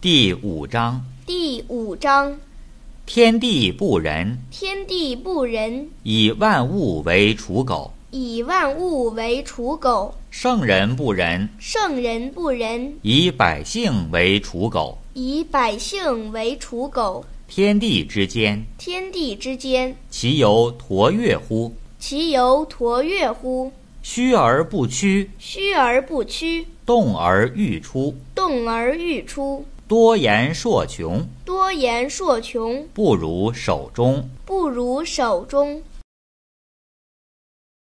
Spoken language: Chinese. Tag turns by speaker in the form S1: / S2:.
S1: 第五章：
S2: 第五章：
S1: 天地不仁，
S2: 天地不仁，
S1: 以万物为刍狗；
S2: 以万物为刍狗；
S1: 圣人不仁，
S2: 圣人不仁，
S1: 以百姓为刍狗。
S2: 以百姓为刍狗。
S1: 天地之间，
S2: 天地之间，
S1: 其犹橐越乎？
S2: 其犹橐越乎？
S1: 虚而不屈，
S2: 虚而不屈，
S1: 动而愈出。
S2: 动而愈出。
S1: 多言硕穷，
S2: 多言硕穷，
S1: 不如守中。
S2: 不如守中。